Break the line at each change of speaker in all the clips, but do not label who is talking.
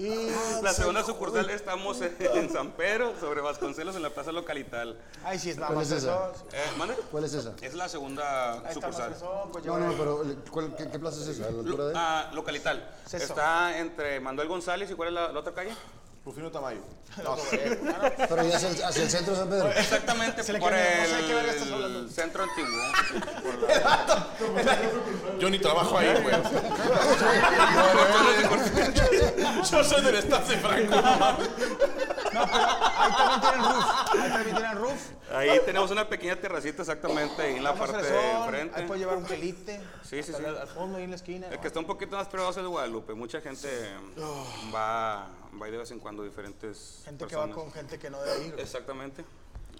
Y-
La segunda sucursal estamos en, en San Pedro, sobre Vasconcelos, en la plaza localital.
Ay, sí, es nada
¿Cuál
más
es esa?
eso.
Eh, ¿mande?
¿Cuál es esa?
Es la segunda
Está más
sucursal.
eso, pues yo.
No, no, pero ¿cuál- qué, qué plaza es esa? ¿A la altura de?
Ah, localital.
Seso.
Está entre Manuel González y ¿cuál es la, la otra calle?
Rufino Tamayo.
No sé.
Pero ya hacia el, hacia el centro de San Pedro.
Exactamente
Se le
por
cambió, no
el
sé de qué verga estás hablando.
centro antiguo. ¿eh? Por
Yo ni trabajo ahí, güey.
la-
Yo soy del staff de Franco.
Ahí también tienen roof. Ahí también tienen roof.
Ahí tenemos una pequeña terracita exactamente ahí en la
Vamos a
parte
hacer
de
eso. Ahí puedes
enfrente.
llevar un pelite.
Sí, sí, sí.
Al al fondo, ahí en la esquina.
El que está un poquito más privado es el de Guadalupe. Mucha gente va, va ahí de vez en cuando diferentes
Gente que va
personas.
con gente que no debe ir.
Exactamente.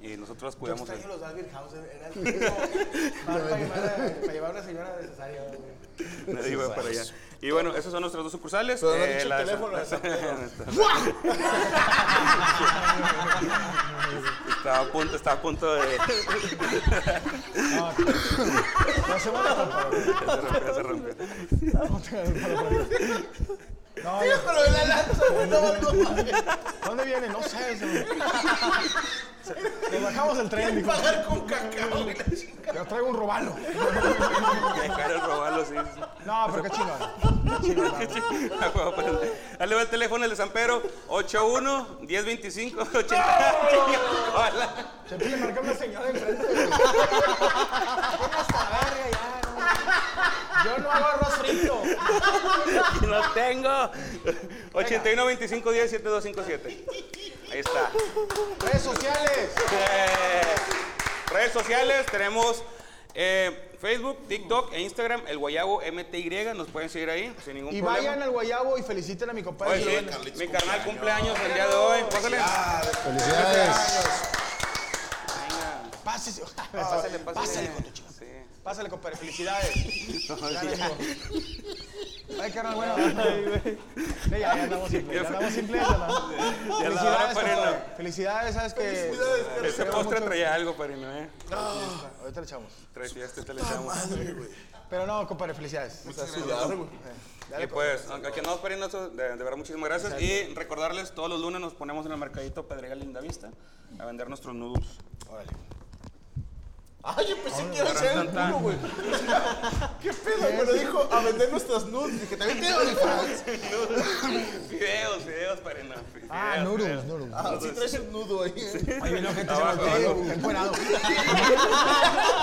Y nosotros
Yo
cuidamos
extraño
ahí.
los Dalvir House. Era el único bar para llevar a- para llevar a una señora necesaria. güey.
Nadie va para allá. Y bueno, esos son nuestros dos sucursales. Eh,
Pero no han dicho el teléfono de San
Estaba a punto, estaba a punto de...
No hacemos la trampa, güey.
Ya se rompió, ya se rompió.
No, yo-
Pero la lanza, güey, no valgo madre.
¿Dónde viene? No sé. se me- Le bajamos el tren. dijo.
Pagar con cacao y la chingada.
Yo traigo un robalo.
Dejaron robarlo, sí. sí.
No, pero qué chingón.
A huevo, pues. Ahí le va el teléfono el de San Pedro, 81 1025 80. Hola.
Se pide marcar una señora enfrente. güey. Hasta verga ya, no. Yo no hago arroz frito.
No tengo. 81 25 10 7257. Ahí está.
Redes sociales.
Eh, redes sociales tenemos eh, Facebook, TikTok e Instagram, el Guayabo MTY, nos pueden seguir ahí sin ningún
Y
problema.
vayan al Guayabo y feliciten a mi compadre.
Oye, sí,
Silvano.
mi carnal cumpleaños el día de hoy. Pásale.
Ah,
¡Felicidades!
Pásese. Pásale,
Pásale, pásale.
con tu chico.
Sí.
Pásale, compadre. Felicidades. Gran amigo. Ay, carnal, bueno. Ya, ya andamos simple. Ya andamos simple. Ya andamos.
Ya la hora
Felicidades,
para
compadre. Felicidades, sabes que.
Ese postre traía algo, parino, ¿eh?
Ahorita le echamos.
Trae fiesta, te le echamos.
Pero no, compadre, felicidades. Eh,
Y pues, aunque andamos perdiendo eso, de, de verdad, muchísimas gracias. Y recordarles, todos los lunes nos ponemos en el mercadito Pedregal Lindavista a vender nuestros noodles.
Órale.
Ay, yo pensé que iba a ser el culo, güey. ¿Qué pedo? Me lo dijo a vender nuestras nudes. Dije, también tiene OnlyFans.
videos, videos, parino.
Ah,
videos,
Nurum,
videos.
Nurum.
Ah, sí traes el nudo ahí. eh.
Ahí vino gente se
Abajo,
voltea,
abajo.
encuerado.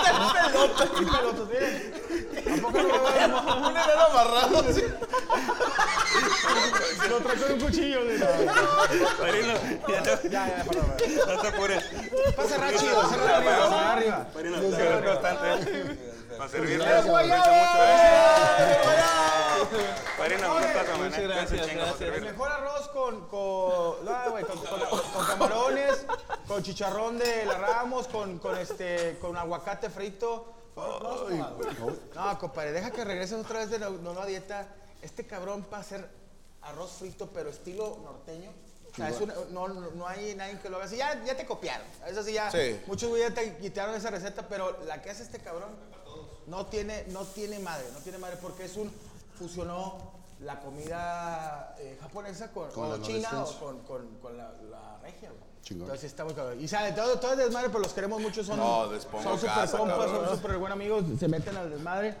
Pelotas, pelotas, miren. Tampoco lo voy a ver, no.
Un enano amarrado. así.
Lo trae con un cuchillo. güey.
Parino, ya no,
Ya, ya, perdón. perdón.
no te apures.
Pasa Rachi, pasa arriba, pasa arriba.
Parino, te veo constante. Para servirles.
Gracias,
Parino, un gustazo, man. eh.
gracias,
Chinga, para
gracias.
El
servirles.
mejor arroz con, con, no, güey, con, con- con camarones, con chicharrón de la Ramos, con, con, este, con aguacate frito. No, compadre, deja que regreses otra vez de la nueva dieta. Este cabrón para hacer arroz frito, pero estilo norteño. O sea, es una- no, no- no hay nadie que lo haga así. Ya, ya te copiaron. Eso sí, ya.
Sí.
Muchos güeyes te quitaron esa receta, pero la que hace este cabrón. No tiene, no tiene madre, no tiene madre porque es un fusionó la comida eh, japonesa con,
Con
o
la no
china o
descenso.
con, con- con la, la regia. güey.
Chingón.
Entonces está muy cabrón. Y sabe, todo, todo es desmadre, pero los queremos mucho. Son,
No, despongo
son súper
casa,
compas,
cabrón.
son súper buen amigos, se meten al desmadre.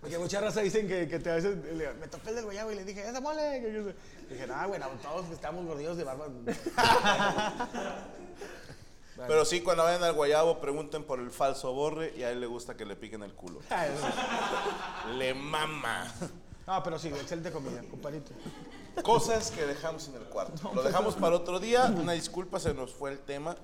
Porque mucha raza dicen que, que te, a veces le- me topé el del guayabo y le dije, ¡esa mole! que- que- que- Dije, no, bueno, todos estamos gordillos de barba.
Pero sí, cuando vayan al guayabo, pregunten por el falso borre y a él le gusta que le piquen el culo. Le mama.
No, pero sí, excelente comida, compadito.
Cosas que dejamos en el cuarto. Lo dejamos para otro día. Una disculpa, se nos fue el tema.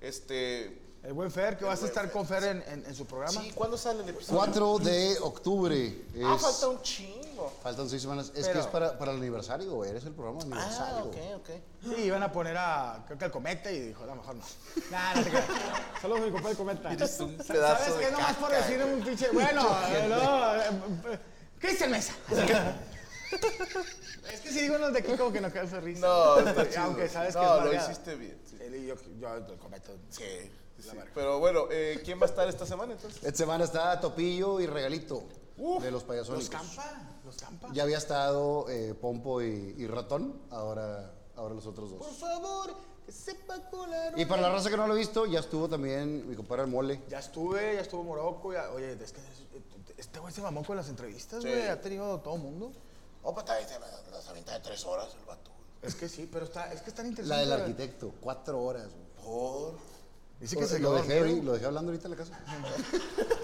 Este.
El buen Fer, que vas a estar con Fer en, en- en su programa.
Sí, ¿cuándo sale el episodio?
4 de octubre.
Ah,
es-
falta un chingo.
Faltan seis semanas. Es que
Pero-
es para, para el aniversario, güey. Eres el programa de
Ah,
aniversario.
ok, ok.
Sí, iban a poner a, creo que al Cometa y dijo, a lo mejor no. Nah, no te creas. Saludos a mi compadre Cometa.
Eres un pedazo
¿Sabes
de
qué? Nomás
caca,
por decir un pinche, bueno, eh, no, eh, eh, Cristian Mesa. es que si digo los de aquí como que no quedas de risa.
No, está chido.
Aunque sabes
no,
que es
lo
variado.
hiciste bien. sí.
Él y yo, yo el Cometa. Sí.
Sí, sí. Pero bueno, eh, ¿quién va a estar esta semana entonces?
Esta semana está Topillo y Regalito de los
Los
payasónicos.
campa, los campa.
Ya había estado eh, Pompo y, y Ratón, ahora, ahora los otros
Pues,
dos.
favor, que sepa colar.
Y para la raza que no lo ha visto, ya estuvo también mi compadre el mole.
Ya estuve, ya estuvo Morocco. ya- oye, es que es- este güey se mamó con las entrevistas,
Sí.
güey. Ha tenido todo el mundo.
Opa, también se las, las avienta de tres horas el vato.
Es que sí, pero está, es que es tan
La
interesante.
del arquitecto, cuatro horas. güey.
Por.
Dice que se
lo,
quedó
dejé,
dormido.
lo dejé hablando ahorita en la casa.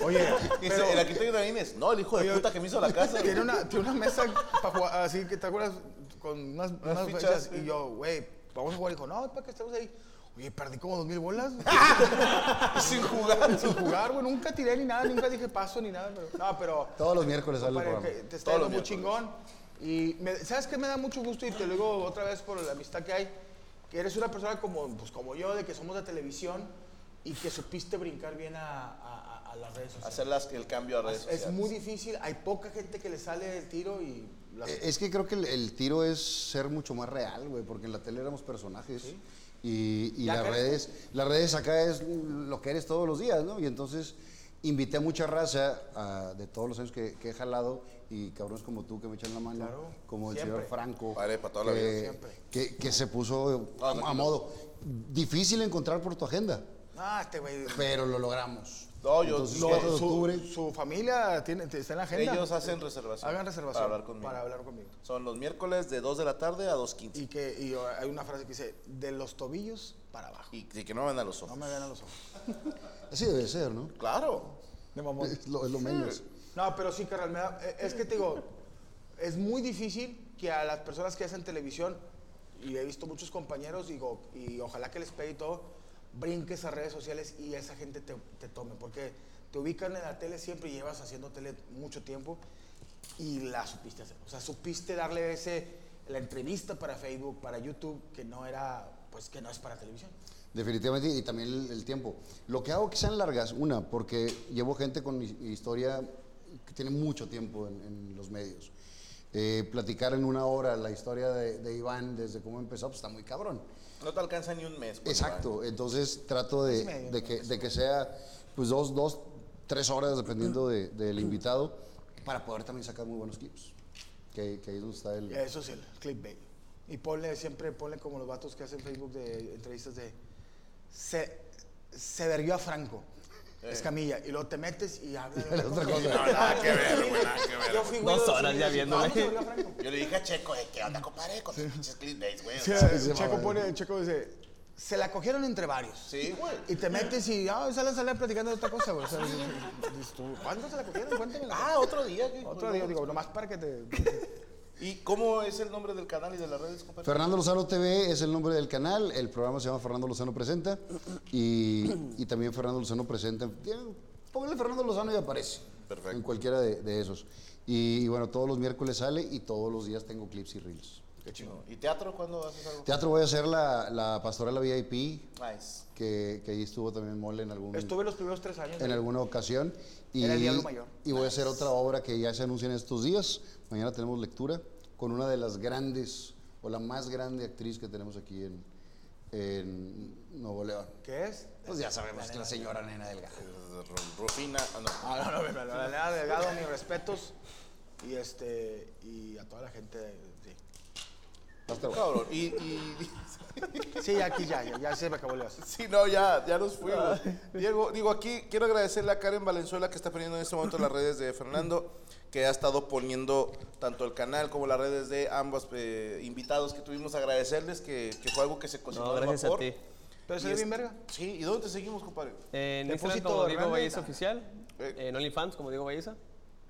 Oye,
Dice,
pero
el arquitecto también es. No, el hijo de
Oye,
puta que me hizo la casa.
tiene, una, tiene una mesa para jugar, así que te acuerdas, con unas, unas
fichas,
fechas.
sí.
Y yo, güey, vamos a jugar. Dijo, no, es para que estemos ahí. Oye, perdí como dos mil bolas.
sin jugar.
Ah, sin jugar, güey. Nunca tiré ni nada, nunca dije paso ni nada. Pero, no, pero.
Todos los miércoles sale el
Para
programa.
que te está
Todos
yendo
los
muy
miércoles.
chingón. Y me- sabes que me da mucho gusto y te lo digo otra vez por la amistad que hay, que eres una persona como, pues, como yo, de que somos de televisión y que supiste brincar bien a, a- a- a las redes sociales.
Hacer las- el cambio a redes
es
sociales.
muy difícil, hay poca gente que le sale el tiro y... las-
Eh, Es que creo que el, el tiro es ser mucho más real, güey, porque en la tele éramos personajes. Y, y
Ya
las
que-
redes, las redes acá es lo que eres todos los días, ¿no? Y entonces invité a mucha raza ah, de todos los años que, que he jalado y cabrones como tú que me echan la mano, como el
siempre.
señor Franco,
Vale, para toda la
que-
vida,
que, que se puso
Ah,
a- a
tranquilo.
modo. Difícil encontrar por tu agenda,
Ah, este güey...
pues,
pero lo logramos.
No, yo-
entonces,
lo-
4 de octubre.
Su, su familia tiene, está en la agenda.
Ellos hacen reservación.
Hagan reservación
Para hablar conmigo.
para hablar conmigo.
Son los miércoles de 2 de la tarde a 2.15.
Y que y hay una frase que dice, de los tobillos para abajo.
Y, y que no me van a los
No
ojos.
me vean a los ojos.
Así debe ser, ¿no?
Claro.
De mamón.
Es lo, es lo menos.
No, pero sí, carnal, me da- eh, es que te digo, es muy difícil que a las personas que hacen televisión, y he visto muchos compañeros, digo, y ojalá que les pegue y todo, brinques a redes sociales y esa gente te, te tome, porque te ubican en la tele siempre y llevas haciendo tele mucho tiempo y la supiste hacer. O sea, supiste darle ese, la entrevista para Facebook, para YouTube, que no era, pues que no es para televisión.
Definitivamente, y también el, el tiempo. Lo que hago que sean largas, una, porque llevo gente con hi- historia que tiene mucho tiempo en, en los medios. Eh, platicar en una hora la historia de, de Iván desde cómo empezó, pues está muy cabrón.
No te alcanza ni un mes. pues, cuando van.
Exacto, entonces trato de,
medio,
de que, de que sea pues dos, dos, tres horas dependiendo de- del invitado para poder también sacar muy buenos clips. Que, que ahí es donde está el...
Eso es el clickbait. Y ponle, siempre ponle como los vatos que hacen Facebook de entrevistas de. Se, se verguió a Franco. Escamilla. Y luego te metes y hablas de Eh. otra cosa.
No, nada que ver, güey, nada que ver.
Yo fui, güey,
Dos
de los
horas ya
videos y,
viéndole.
"Ah, no se verguió a Franco".
Yo le dije a Checo, eh, ¿qué onda, compadre? Con tus pinches clickbaits, güey.
Sí,
Sí, sí,
Checo
mamá.
pone, Checo dice. Se la cogieron entre varios.
Sí, güey.
Y te metes y ah, salen, salen platicando de otra cosa, güey. O sea, dices tú, ¿Cuándo se la cogieron? Cuéntamela.
Ah, otro día. güey.
Otro día, digo, nomás para que te.
¿Y cómo es el nombre del canal y de las redes, compadre?
Fernando Lozano TV es el nombre del canal, el programa se llama Fernando Lozano Presenta y, y también Fernando Lozano Presenta. Tiene- Póngale Fernando Lozano y aparece.
Perfecto.
En cualquiera de, de esos. Y, y bueno, todos los miércoles sale y todos los días tengo clips y reels.
Qué chingón. ¿Y teatro cuándo haces algo?
Teatro voy a hacer la, la pastorela VIP,
Nice.
que, que ahí estuvo también mole en algún
Estuve los primeros tres años.
en alguna ocasión. Y,
Era el Diablo Mayor.
Y voy a hacer otra obra que ya se anuncia en estos días. Mañana tenemos lectura con una de las grandes o la más grande actriz que tenemos aquí en, en Nuevo León.
¿Qué es?
Pues ya sabemos que la señora Nena Delgado.
Ru- Rufina. ah, no.
Ah, no, no, no, no, la nena Delgado, mis respetos. Y este, y a toda la gente, sí.
Hasta luego.
Cabrón. Y, y-
Sí, ya aquí ya, ya, ya se me acabó el gas.
sí, no, ya, ya nos fuimos. Diego, digo, aquí quiero agradecerle a Karen Valenzuela que está poniendo en este momento las redes de Fernando, que ha estado poniendo tanto el canal como las redes de ambos eh, invitados que tuvimos. Agradecerles que, que fue algo que se cocinó
No,
al
gracias a
vapor.
ti.
Pero se
Y
ve
es-
bien verga.
Sí, ¿y dónde te seguimos, compadre?
En
Te
Instagram
pusito
como Diego
Hernández,
Valleza
ah.
Oficial,
Eh.
en OnlyFans como Diego Valleza,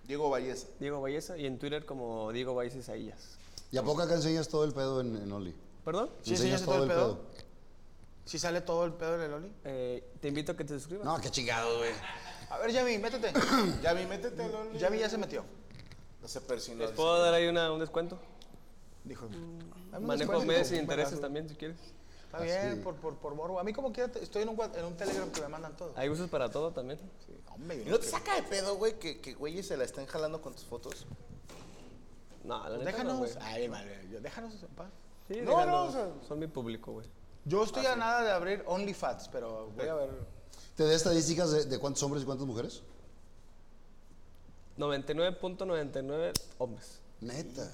Diego Valleza.
Diego Valleza y en Twitter como Diego Valleza Isaías.
¿Y a poco acá enseñas todo el pedo en, en Oli?
¿Perdón?
¿Sí enseñaste todo el pedo? Si sale todo el pedo en el Oli.
Eh, te invito a que te suscribas.
No, qué chingado, güey.
A ver, Yami, métete.
Yami, métete, Loli.
Yami ya se metió.
No se persinó.
¿Les puedo dar ahí una- un descuento?
Dijo. "Dame un
Manejo
descuento,
meses sin
un
intereses
vergazo".
también, si quieres.
Está bien, por, por, por morbo. A mí como quiera, te- estoy en un, wa- en un Telegram que me mandan todo.
Hay usos para todo también.
Hombre, yo
Ah, ¿Y
no
no te saca de pedo, güey, que, que güeyes se la estén jalando con tus fotos?
No, la neta no, güey.
Pues Déjanos. Ay, madre, yo- déjanos en paz.
Sí,
No,
déjanos,
no, o sea-
Son mi público, güey.
Yo estoy a nada de abrir OnlyFats, pero voy a ver.
¿Te da estadísticas de, de cuántos hombres y cuántas mujeres?
99.99 hombres.
Neta.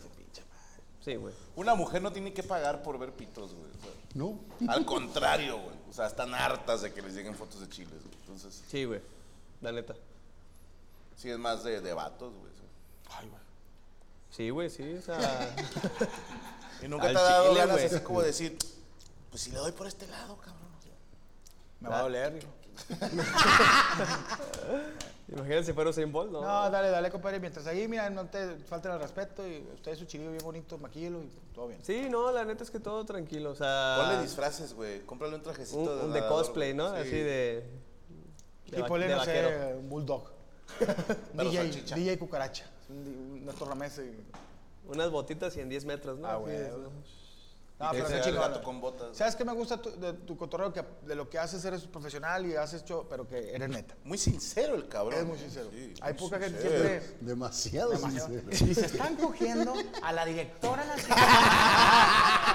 Sí, güey.
Una mujer no tiene que pagar por ver pitos, güey. o sea,
No.
al contrario, güey. O sea, están hartas de que les lleguen fotos de chiles, güey. Entonces,
Sí, güey. La neta.
sí es más de, de vatos, güey. o sea.
Sí, güey, sí. O sea,
Y nunca
Al
te ha dado
chile,
ganas
güey.
así como decir, pues si le doy por este lado, cabrón. o sea.
Me
Ah.
va a doler.
imagínate si fuera Usain Bolt, ¿no?
No, dale, dale, compadre. Mientras ahí, mira, no te falten el respeto. Y usted es su chilillo bien bonito, maquíllelo y todo bien.
Sí, no, la neta es que todo tranquilo. O sea,
Ponle disfraces, güey. Cómprale un trajecito
Ah. un,
de,
un de
nadador,
cosplay,
güey.
¿no?
Sí.
Así de.
y
va-
ponle, no
vaquero.
sé, un bulldog.
Pero
DJ,
salchicha.
DJ cucaracha. Un, di- una tornamesa. y-
Unas botitas y en 10 metros, ¿no?
Ah,
Así
güey.
es,
No,
¿no?
Y que
pero
sea
está
el
chingón.
gato con botas.
¿Sabes qué me gusta tu- de tu cotorreo? Que de lo que haces eres profesional y has hecho, pero que eres neta.
Muy sincero el cabrón.
Es muy
güey.
sincero.
Sí,
Hay
muy
poca gente
sincero.
siempre.
Demasiado, sincero.
Y se están cogiendo a la directora nacional.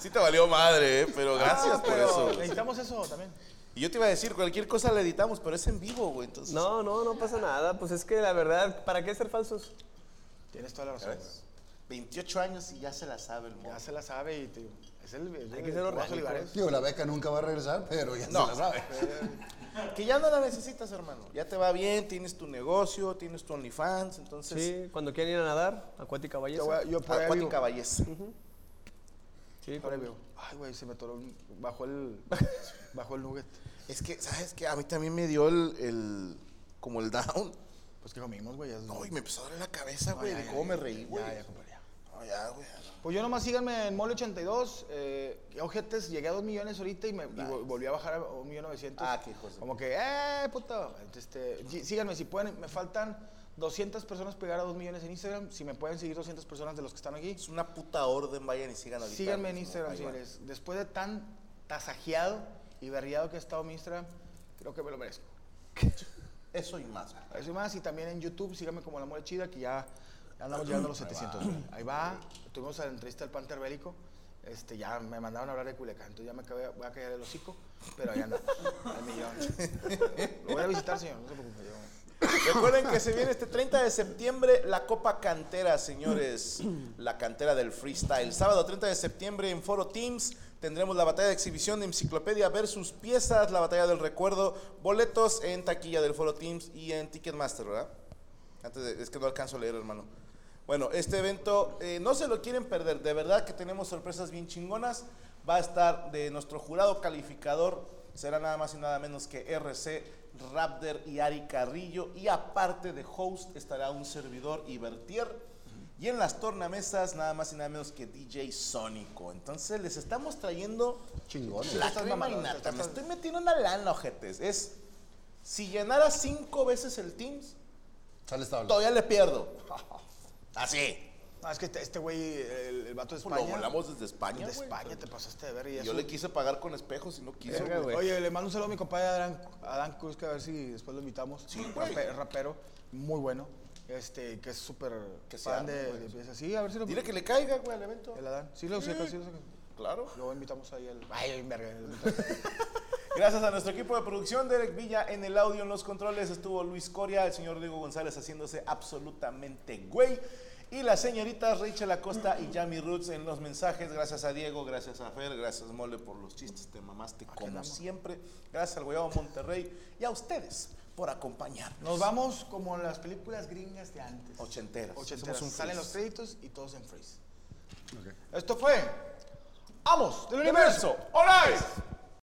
Sí te valió madre, eh, pero gracias
Ah,
por
pero
eso. güey.
Necesitamos eso también.
Y yo te iba a decir, cualquier cosa la editamos, pero es en vivo, güey. Entonces,
No, no, no pasa nada. Pues es que la verdad, ¿para qué ser falsos?
Tienes toda la razón. güey.
28 años y ya se la sabe el
Ya
modo.
se la sabe y te- es el. es
Hay
el-
que ser
Jorge
orgánicos.
Olivares.
Digo, la beca nunca va a regresar, pero ya se la sabe.
Que ya no la necesitas, hermano. Ya te va bien, tienes tu negocio, tienes tu OnlyFans, entonces...
Sí, cuando quieran ir a nadar, Acuática Valleza.
Yo, voy a- yo por ahí vivo.
Acuática Ballesta.
Sí,
Por ahí
con-
vivo. Ay, güey, se me atoró. un- Bajó el. Bajó el nugget.
Es que, ¿sabes qué? A mí también me dio el... el- como el down.
Pues que comimos, güey. ya es-
No, y me empezó a doler la cabeza, güey.
ya,
de
ya,
cómo me
ya,
reí,
ya,
güey.
ya, compadre, ya.
No, ya, güey.
Pues yo nomás síganme en Mole82. Eh, ojetes, llegué a 2 millones ahorita y, me, y vol- volví a bajar a 1 millón 900.
Ah, qué hijos de-
Como que, eh, puta. Este, sí- síganme si pueden. Me faltan 200 personas pegar a 2 millones en Instagram. Si me pueden seguir 200 personas de los que están aquí.
Es una puta orden, vayan y sigan ahorita.
Síganme en
mismo.
Instagram,
Ahí va.
señores. Después de tan tasajeado y berriado que ha estado mi Instagram, creo que me lo merezco.
Eso y más, güey.
Eso y más, y también en YouTube, síganme como La Mole Chida, que ya ya andamos llegando a los 700. güey. Ahí va, tuvimos la entrevista al Panther Bélico, este, ya me mandaron a hablar de Culiacán, entonces ya me acabé, voy a caer el hocico, pero ahí andamos, al millón. Lo voy a visitar, señor, no se preocupe. yo-
Recuerden que se viene este 30 de septiembre la Copa Cantera, señores. La cantera del freestyle. Sábado 30 de septiembre en Foro Teams tendremos la batalla de exhibición de Enciclopedia versus Piezas, la batalla del recuerdo. Boletos en taquilla del Foro Teams y en Ticketmaster, ¿verdad? Antes de- es que no alcanzo a leer, hermano. Bueno, este evento eh, no se lo quieren perder. De verdad que tenemos sorpresas bien chingonas. Va a estar de nuestro jurado calificador. Será nada más y nada menos que RC, Raptor y Ari Carrillo. Y aparte de host estará un servidor y Bertier. Y en las tornamesas nada más y nada menos que DJ Sónico. Entonces les estamos trayendo
Chingones.
la
estás
crema
mamalón,
innata.
estás-
Me estoy metiendo una lana, ojetes. Es, si llenara cinco veces el Teams,
Sale estable.
todavía le pierdo. Así.
No, es que este este güey, el, el vato de
Pues Lo
España,
volamos desde España.
de
güey.
España te pasaste de ver y
Y
eso.
yo le quise pagar con espejos y no quiso.
Verga,
güey.
güey.
Oye, le mando un saludo a mi compadre Adán, Adán Cruz, que a ver si después lo invitamos.
Sí, güey.
Rape- rapero, muy bueno. Este, que es súper
Que se
fan
arme,
de,
güey.
de piezas. Sí, a ver si lo
Dile que le caiga, güey, al evento.
El Adán. Sí lo saca, sí lo saca.
claro.
Luego invitamos ahí al.
Gracias a nuestro equipo de producción, Derek Villa en el audio, en los controles estuvo Luis Coria, el señor Diego González haciéndose absolutamente güey. Y las señoritas Rachel Acosta y Yami Roots en los mensajes. Gracias a Diego, gracias a Fer, gracias Mole por los chistes, te mamaste como siempre. Gracias al Guayabo Monterrey y a ustedes por acompañarnos.
Nos vamos como en las películas gringas de antes.
Ochenteras.
Ochenteras.
Hacemos un
Salen los
freeze.
créditos y todos en freeze. Esto fue. ¡Vamos! ¡Del universo!
Universo, ¡Hola!